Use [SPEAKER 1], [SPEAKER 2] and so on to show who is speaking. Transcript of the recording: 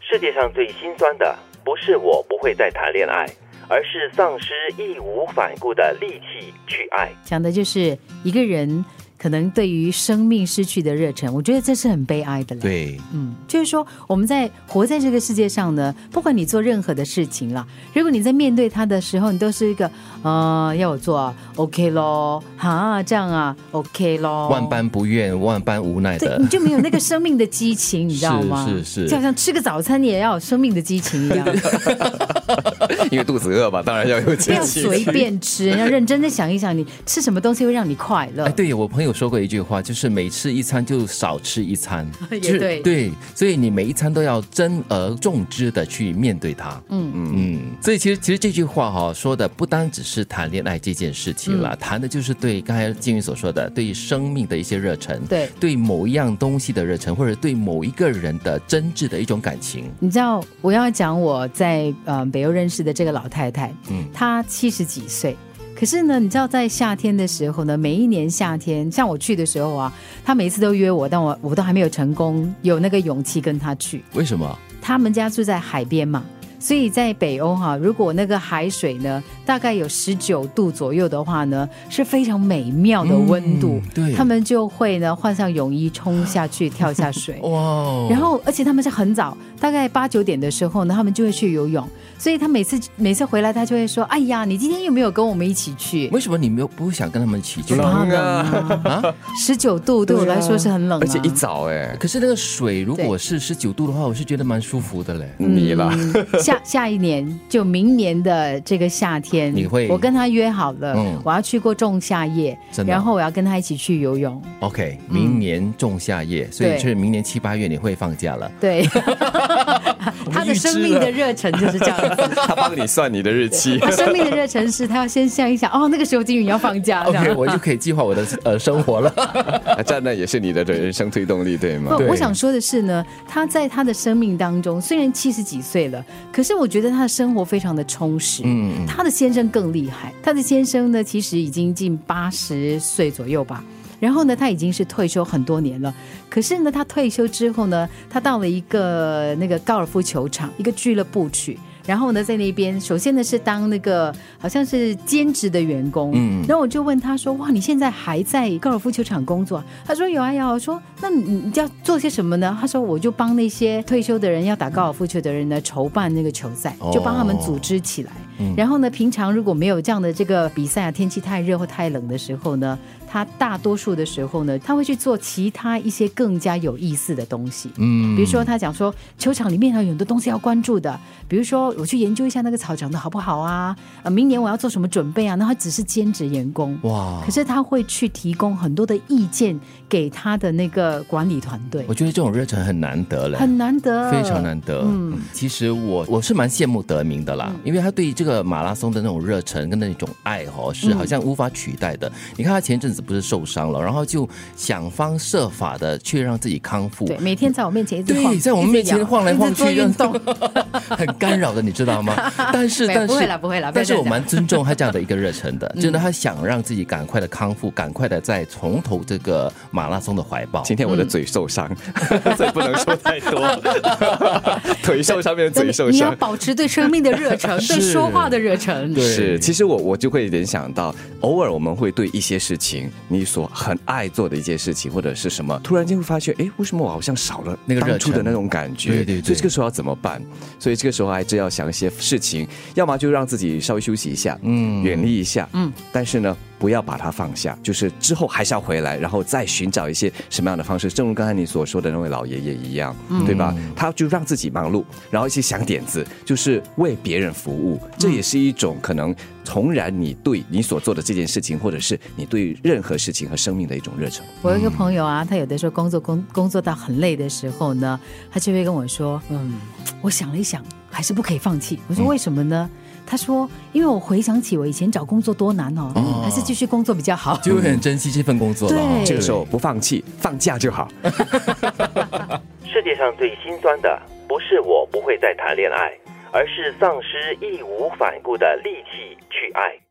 [SPEAKER 1] 世界上最心酸的，不是我不会再谈恋爱，而是丧失义无反顾的力气去爱。
[SPEAKER 2] 讲的就是一个人可能对于生命失去的热忱，我觉得这是很悲哀的了。
[SPEAKER 3] 对，
[SPEAKER 2] 嗯，就是说我们在活在这个世界上呢，不管你做任何的事情啦，如果你在面对它的时候，你都是一个，呃，要我做啊，OK 咯，哈，这样啊，OK 咯，
[SPEAKER 3] 万般不愿，万般无奈
[SPEAKER 2] 哦对，
[SPEAKER 3] 的
[SPEAKER 2] 你，就没有那个生命的激情，你知道吗？
[SPEAKER 3] 是是是
[SPEAKER 2] 就好像吃个早餐，你也要有生命的激情 一样，
[SPEAKER 3] 因为肚子饿嘛，当然要有
[SPEAKER 2] 不
[SPEAKER 3] 激
[SPEAKER 2] 要
[SPEAKER 3] 情。
[SPEAKER 2] 随便吃，要认真的想一想，你吃什么东西会让你快乐
[SPEAKER 3] 哎，。对我朋友说过一句话，就是每吃一餐就少吃一餐，
[SPEAKER 2] 也
[SPEAKER 3] 就是
[SPEAKER 2] 对
[SPEAKER 3] 对，所以你每一餐都要珍而重之的去面对它。嗯嗯嗯，所以其实其实这句话哈、说的不单只是谈恋爱这件事情
[SPEAKER 2] 嗯
[SPEAKER 3] 了，谈的就是对刚才静云所说的对生命的一些热忱，
[SPEAKER 2] 对
[SPEAKER 3] 对某一样东西的热忱，或者对某一个人的真挚的一种感情。
[SPEAKER 2] 你知道我要讲我在呃北欧认识的这个老太太，
[SPEAKER 3] 嗯
[SPEAKER 2] 她七十几岁。可是呢，你知道在夏天的时候呢，每一年夏天，像我去的时候啊，她每一次都约我，但我我都还没有成功有那个勇气跟她去。
[SPEAKER 3] 为什么？
[SPEAKER 2] 他们家住在海边嘛，所以在北欧哈、如果那个海水呢大概有十九度左右的话呢，是非常美妙的温度。
[SPEAKER 3] 嗯对
[SPEAKER 2] 他们就会呢换上泳衣冲下去跳下水。
[SPEAKER 3] 哇哦！
[SPEAKER 2] 然后，而且他们是很早，大概八九点的时候呢，他们就会去游泳。所以他每次每次回来，他就会说：“哎呀，你今天有没有跟我们一起去
[SPEAKER 3] 为什么你没有不想跟他们一起去？
[SPEAKER 4] 冷啊！
[SPEAKER 2] 啊？十九度对我来说是很冷、啊，
[SPEAKER 4] 而且一早 哎，
[SPEAKER 3] 可是那个水如果是十九度的话，我是觉得蛮舒服的嘞。
[SPEAKER 4] 你啦，
[SPEAKER 2] 嗯下下一年就明年的这个夏天，
[SPEAKER 3] 你会
[SPEAKER 2] 我跟他约好了，
[SPEAKER 3] 嗯
[SPEAKER 2] 我要去过仲夏夜，
[SPEAKER 3] 真的
[SPEAKER 2] 然后我要跟他一起去游泳。
[SPEAKER 3] OK，明年仲夏夜，所以
[SPEAKER 2] 对
[SPEAKER 3] 是明年七八月你会放假了。
[SPEAKER 2] 对， 他的生命的热忱就是这样子。
[SPEAKER 4] 他帮你算你的日期。
[SPEAKER 2] 他生命的热忱是他要先想一想，哦，那个时候金宇要放假，这样
[SPEAKER 3] OK，我就可以计划 我的呃生活了。
[SPEAKER 4] 啊，站那也是你的人生推动力，对吗？
[SPEAKER 2] 不，
[SPEAKER 3] 对
[SPEAKER 2] 我想说的是呢，他在他的生命当中，虽然七十几岁了，可是我觉得他的生活非常的充实。嗯，他的先生更厉害，他的先生呢，其实已经近八十岁左右吧。然后呢，他已经是退休很多年了。可是呢，他退休之后呢，他到了一个那个高尔夫球场，一个俱乐部去。然后呢，在那边，首先呢是当那个好像是兼职的员工，嗯，然后我就问他说：“哇，你现在还在高尔夫球场工作啊？”他说：“有啊有啊。”我说：“那你你要做些什么呢？”他说：“我就帮那些退休的人要打高尔夫球的人呢筹办那个球赛，就帮他们组织起来。
[SPEAKER 3] 嗯
[SPEAKER 2] 然后呢，平常如果没有这样的这个比赛啊，天气太热或太冷的时候呢，他大多数的时候呢，他会去做其他一些更加有意思的东西，
[SPEAKER 3] 嗯，
[SPEAKER 2] 比如说，他讲说球场里面啊有很多东西要关注的，比如说我去研究一下那个草长得好不好啊，呃，明年我要做什么准备啊。那他只是兼职员工，
[SPEAKER 3] 哇
[SPEAKER 2] 可，是他会去提供很多的意见给他的那个管理团队
[SPEAKER 3] 我，觉得这种热忱很难得嘞。
[SPEAKER 2] 很难得，
[SPEAKER 3] 非常。难得，嗯，其实我我是蛮羡慕德明的啦，因为他对这个马拉松的那种热忱跟那种爱哦，是好像无法取代的。你看他前阵子不是受伤了，然后就想方设法的去让自己康复，
[SPEAKER 2] 对，每天在我面前一直晃，
[SPEAKER 3] 对，在我们面前晃来晃去，
[SPEAKER 2] 一直摇一直做运动。
[SPEAKER 3] 很干扰的，你知道吗？ 但是
[SPEAKER 2] 没
[SPEAKER 3] 但是
[SPEAKER 2] 不会啦不会啦
[SPEAKER 3] 但是
[SPEAKER 2] 不要
[SPEAKER 3] 我
[SPEAKER 2] 这样嗯
[SPEAKER 3] 蛮尊重他这样的一个热 忱的，真的，他想让自己赶快的康复，赶快的再从头这个马拉松的怀抱。
[SPEAKER 4] 今天我的嘴受伤，所以不能说太多。腿受伤变成嘴受
[SPEAKER 2] 你要
[SPEAKER 4] 伤。
[SPEAKER 2] 保持对生命的热忱，对
[SPEAKER 3] 是
[SPEAKER 2] 说话的热忱。
[SPEAKER 3] 对
[SPEAKER 4] 是，其实我我就会联想到，偶尔我们会对一些事情，你所很爱做的一些事情，或者是什么，突然间会发现，哎，为什么我好像少了
[SPEAKER 3] 那个热
[SPEAKER 4] 当初的
[SPEAKER 3] 忱
[SPEAKER 4] 那种感觉？
[SPEAKER 3] 对对对
[SPEAKER 4] 所以这个时候要怎么办？所以这个时候还真要想一些事情，要么就让自己稍微休息一下，嗯，远离一下，嗯，但是呢。不要把它放下，就是之后还是要回来，然后再寻找一些什么样的方式。正如刚才你所说的那位老爷爷一样，对吧？他就让自己忙碌，然后一些想点子，就是为别人服务，这也是一种可能重燃你对你所做的这件事情，或者是你对任何事情和生命的一种热忱。
[SPEAKER 2] 我有一个朋友啊，他有的时候工作工工作到很累的时候呢，他就会跟我说：“嗯，我想了一想，还是不可以放弃。”我说：“为什么呢？”他说：“因为我回想起我以前找工作多难哦，还是继续工作比较好。
[SPEAKER 3] 就会很珍惜这份工作了哦。
[SPEAKER 2] 对
[SPEAKER 4] 这个时候不放弃，放假就好。
[SPEAKER 1] 世界上最心酸的，不是我不会再谈恋爱，而是丧失义无反顾的力气去爱。